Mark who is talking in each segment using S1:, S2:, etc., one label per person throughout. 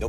S1: No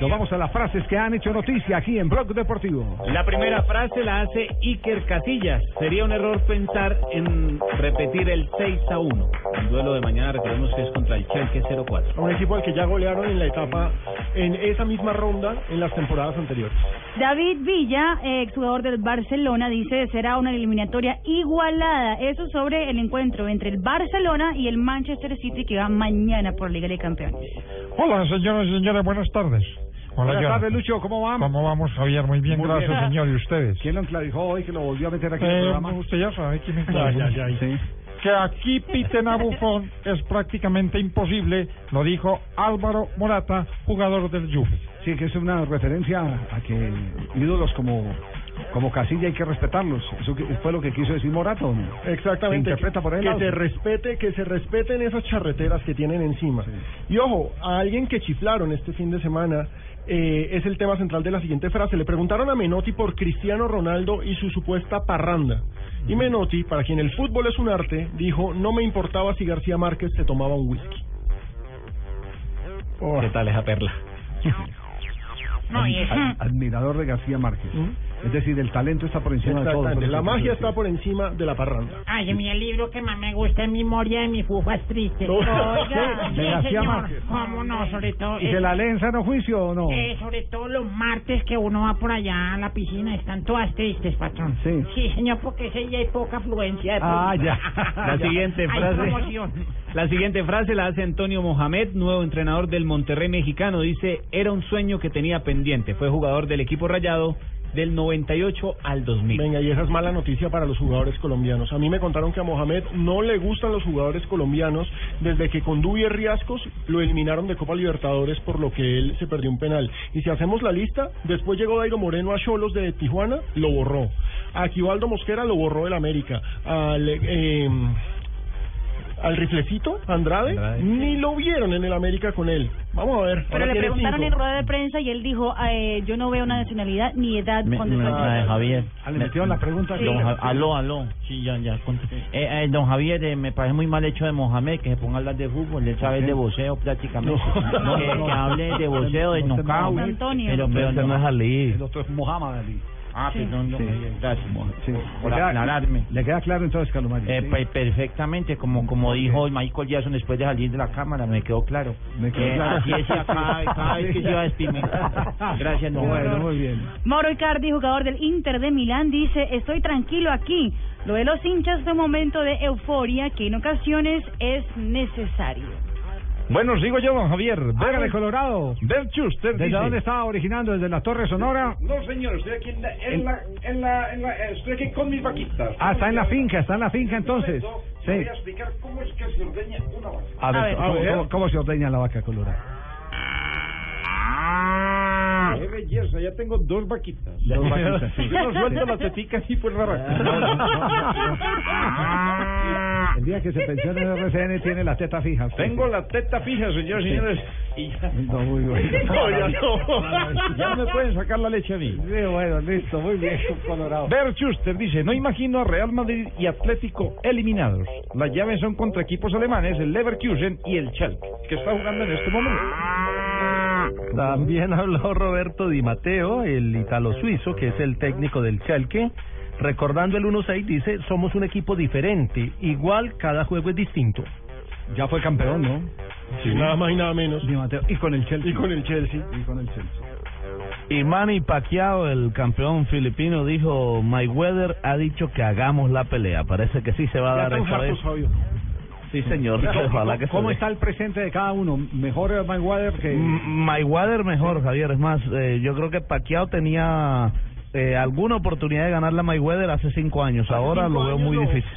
S2: Nos vamos a las frases que han hecho noticia aquí en Blog Deportivo.
S3: La primera frase la hace Iker Casillas. Sería un error pensar en repetir el 6 a 1. El duelo de mañana recordemos que es contra el Schalke 04.
S4: a un equipo al que ya golearon en la etapa, en esa misma ronda en las temporadas anteriores.
S5: David Villa, eh, exjugador del Barcelona, dice será una eliminatoria igualada. Eso sobre el encuentro entre el Barcelona y el Manchester City que va mañana por Liga de Campeones.
S6: Hola, señoras y señores, buenas tardes. Hola,
S2: Buenas
S6: Jonathan.
S2: tardes, Lucho. ¿Cómo va?
S6: ¿Cómo vamos, Javier? Muy bien,
S2: Muy
S6: gracias,
S2: bien.
S6: señor. ¿Y ustedes?
S2: ¿Quién lo enclavijó hoy que lo volvió a meter aquí en el
S6: Eh,
S2: programa?
S6: usted ya sabe quién es. Que aquí piten a Bufón es prácticamente imposible, lo dijo Álvaro Morata, jugador del Juve.
S2: Sí, que es una referencia a que ídolos como, como Casilla hay que respetarlos. Eso que- fue lo que quiso decir Morato.
S4: Exactamente.
S2: Se interpreta por ahí,
S4: que
S2: Lazo.
S4: se respete, que se respeten esas charreteras que tienen encima. Y ojo, a alguien que chiflaron este fin de semana eh, es el tema central de la siguiente frase. Le preguntaron a Menotti por Cristiano Ronaldo y su supuesta parranda. Y Menotti, para quien el fútbol es un arte, dijo, no me importaba si García Márquez se tomaba un whisky.
S3: ¿Qué tal esa perla?
S2: Ad- Admirador de García Márquez. Es decir, el talento está por encima de todo.
S4: ¿Mm? Exactamente. La magia está por encima de la parranda.
S7: Ay, a mí el libro que más me gusta es Memoria de mis fufas tristes.
S4: No.
S7: Oiga,
S2: Me la
S7: sí,
S2: hacía
S7: señor.
S2: Márquez.
S7: ¿Cómo no? Sobre todo,
S2: ¿Y se
S7: eh,
S2: la leen sano juicio o no?
S7: eh, sobre todo los martes que uno va por allá a la piscina, están todas tristes, patrón.
S2: Sí.
S7: señor, porque ese día hay poca afluencia. de
S2: Ah,
S7: público.
S2: ya.
S3: La siguiente
S7: Hay
S3: frase.
S7: promoción.
S3: La siguiente frase la hace Antonio Mohamed, nuevo entrenador del Monterrey mexicano. Dice, era un sueño que tenía pendiente. Fue jugador del equipo rayado del 98 al 2000.
S4: Venga, y esa es mala noticia para los jugadores colombianos. A mí me contaron que a Mohamed no le gustan los jugadores colombianos desde que con Dubier Riascos lo eliminaron de Copa Libertadores por lo que él se perdió un penal. Y si hacemos la lista, después llegó Dairo Moreno a Cholos de Tijuana, lo borró. A Quibaldo Mosquera lo borró del América. Al, eh, al riflecito Andrade,
S3: Andrade.
S4: ni lo vieron en el América con él. Vamos a ver.
S5: Pero
S4: ahora
S5: le
S4: tiene
S5: preguntaron
S4: cinco.
S5: en rueda de prensa y él dijo, eh, yo no veo una nacionalidad ni edad cuando está llegando.
S8: Javier.
S2: Ah, le metieron la pregunta.
S5: Sí.
S8: Don Ja- aló, aló. Sí, ya, ya. contesté. Eh, eh, don Javier, eh, me parece muy mal hecho de Mohamed que se ponga a hablar de fútbol. Él sabe de voceo prácticamente.
S2: No.
S8: No, que, que hable de voceo, de
S2: No, no,
S8: knockout.
S2: no,
S5: Antonio.
S8: Pero, pero
S6: Este
S8: no.
S6: Ali.
S2: El otro es Mohamed Ali.
S8: Ah, perdón, don
S2: Sí.
S8: Javier, Gracias Mohamed,
S2: Sí.
S8: por- por
S2: Le queda-
S8: aclararme.
S2: ¿Le queda claro entonces, Carlos Mario?
S8: Eh,
S2: Sí.
S8: pe- perfectamente, como como dijo Michael Jackson después de salir de la cámara, me quedó claro.
S2: Me quedó
S8: Eh,
S2: claro.
S8: Así es, ya cada, cada vez que yo iba a experimentar. Gracias, don Javier.
S2: Bueno, muy bien.
S5: Mauro Icardi, jugador del Inter de Milán, dice, estoy tranquilo aquí. Lo de los hinchas fue un momento de euforia que en ocasiones es necesario.
S6: Bueno, sigo yo, don Javier.
S2: Hágale, Colorado. Ah, ¿Desde dónde estaba Ah, originando? ¿Desde la Torre Sonora?
S9: No, señor, estoy aquí en la, en la, en la, en la- estoy aquí con mis vaquitas.
S2: Ah, está en la finca, está en la finca entonces.
S9: Yo
S2: Sí.
S9: Voy a explicar cómo es que se ordeña una vaca.
S2: A ver,
S5: A ver.
S2: ¿cómo, cómo- cómo se ordeña la vaca colorada?
S9: Qué belleza, ya tengo dos vaquitas.
S2: Las vaquitas, sí.
S9: Ah. Yo no suelto la tetica así por la
S2: El día que se pensiona en RCN tiene la teta fija.
S9: Ah. Tengo la teta fija, señor, señores. Y ya.
S2: No, muy bueno.
S9: No, ya no. Ya no me pueden sacar la leche a mí.
S2: Sí, bueno, listo, muy bien, Colorado.
S9: Bert Schuster dice, no imagino a Real Madrid y Atlético eliminados. Las llaves son contra equipos alemanes, el Leverkusen y el Schalke, que está jugando en este momento.
S6: También habló Roberto Di Matteo, el italo suizo, que es el técnico del Schalke. Recordando el 1-6, dice: Somos un equipo diferente. Igual, cada juego es distinto.
S2: Ya fue campeón, ¿no?
S4: Nada más y nada menos.
S2: Di Matteo. Y con el Chelsea.
S4: Y con el Chelsea.
S2: Y con el Chelsea.
S8: Y Manny Pacquiao, el campeón filipino, dijo, Mayweather ha dicho que hagamos la pelea. Parece que sí se va a
S4: Ya
S8: dar
S4: están
S8: esta vez.
S4: hartos, Fabio.
S8: Sí, señor. Ojalá que se
S2: ¿Cómo
S8: dé. Mm,
S2: está el presente de cada uno? ¿Mejor eh, Mayweather que...?
S8: M- Mayweather mejor, Javier. Es más, eh, yo creo que Pacquiao tenía eh, alguna oportunidad de ganar la Mayweather hace cinco años. Ahora
S4: cinco
S8: lo veo
S4: años
S8: muy
S4: lo-
S8: difícil.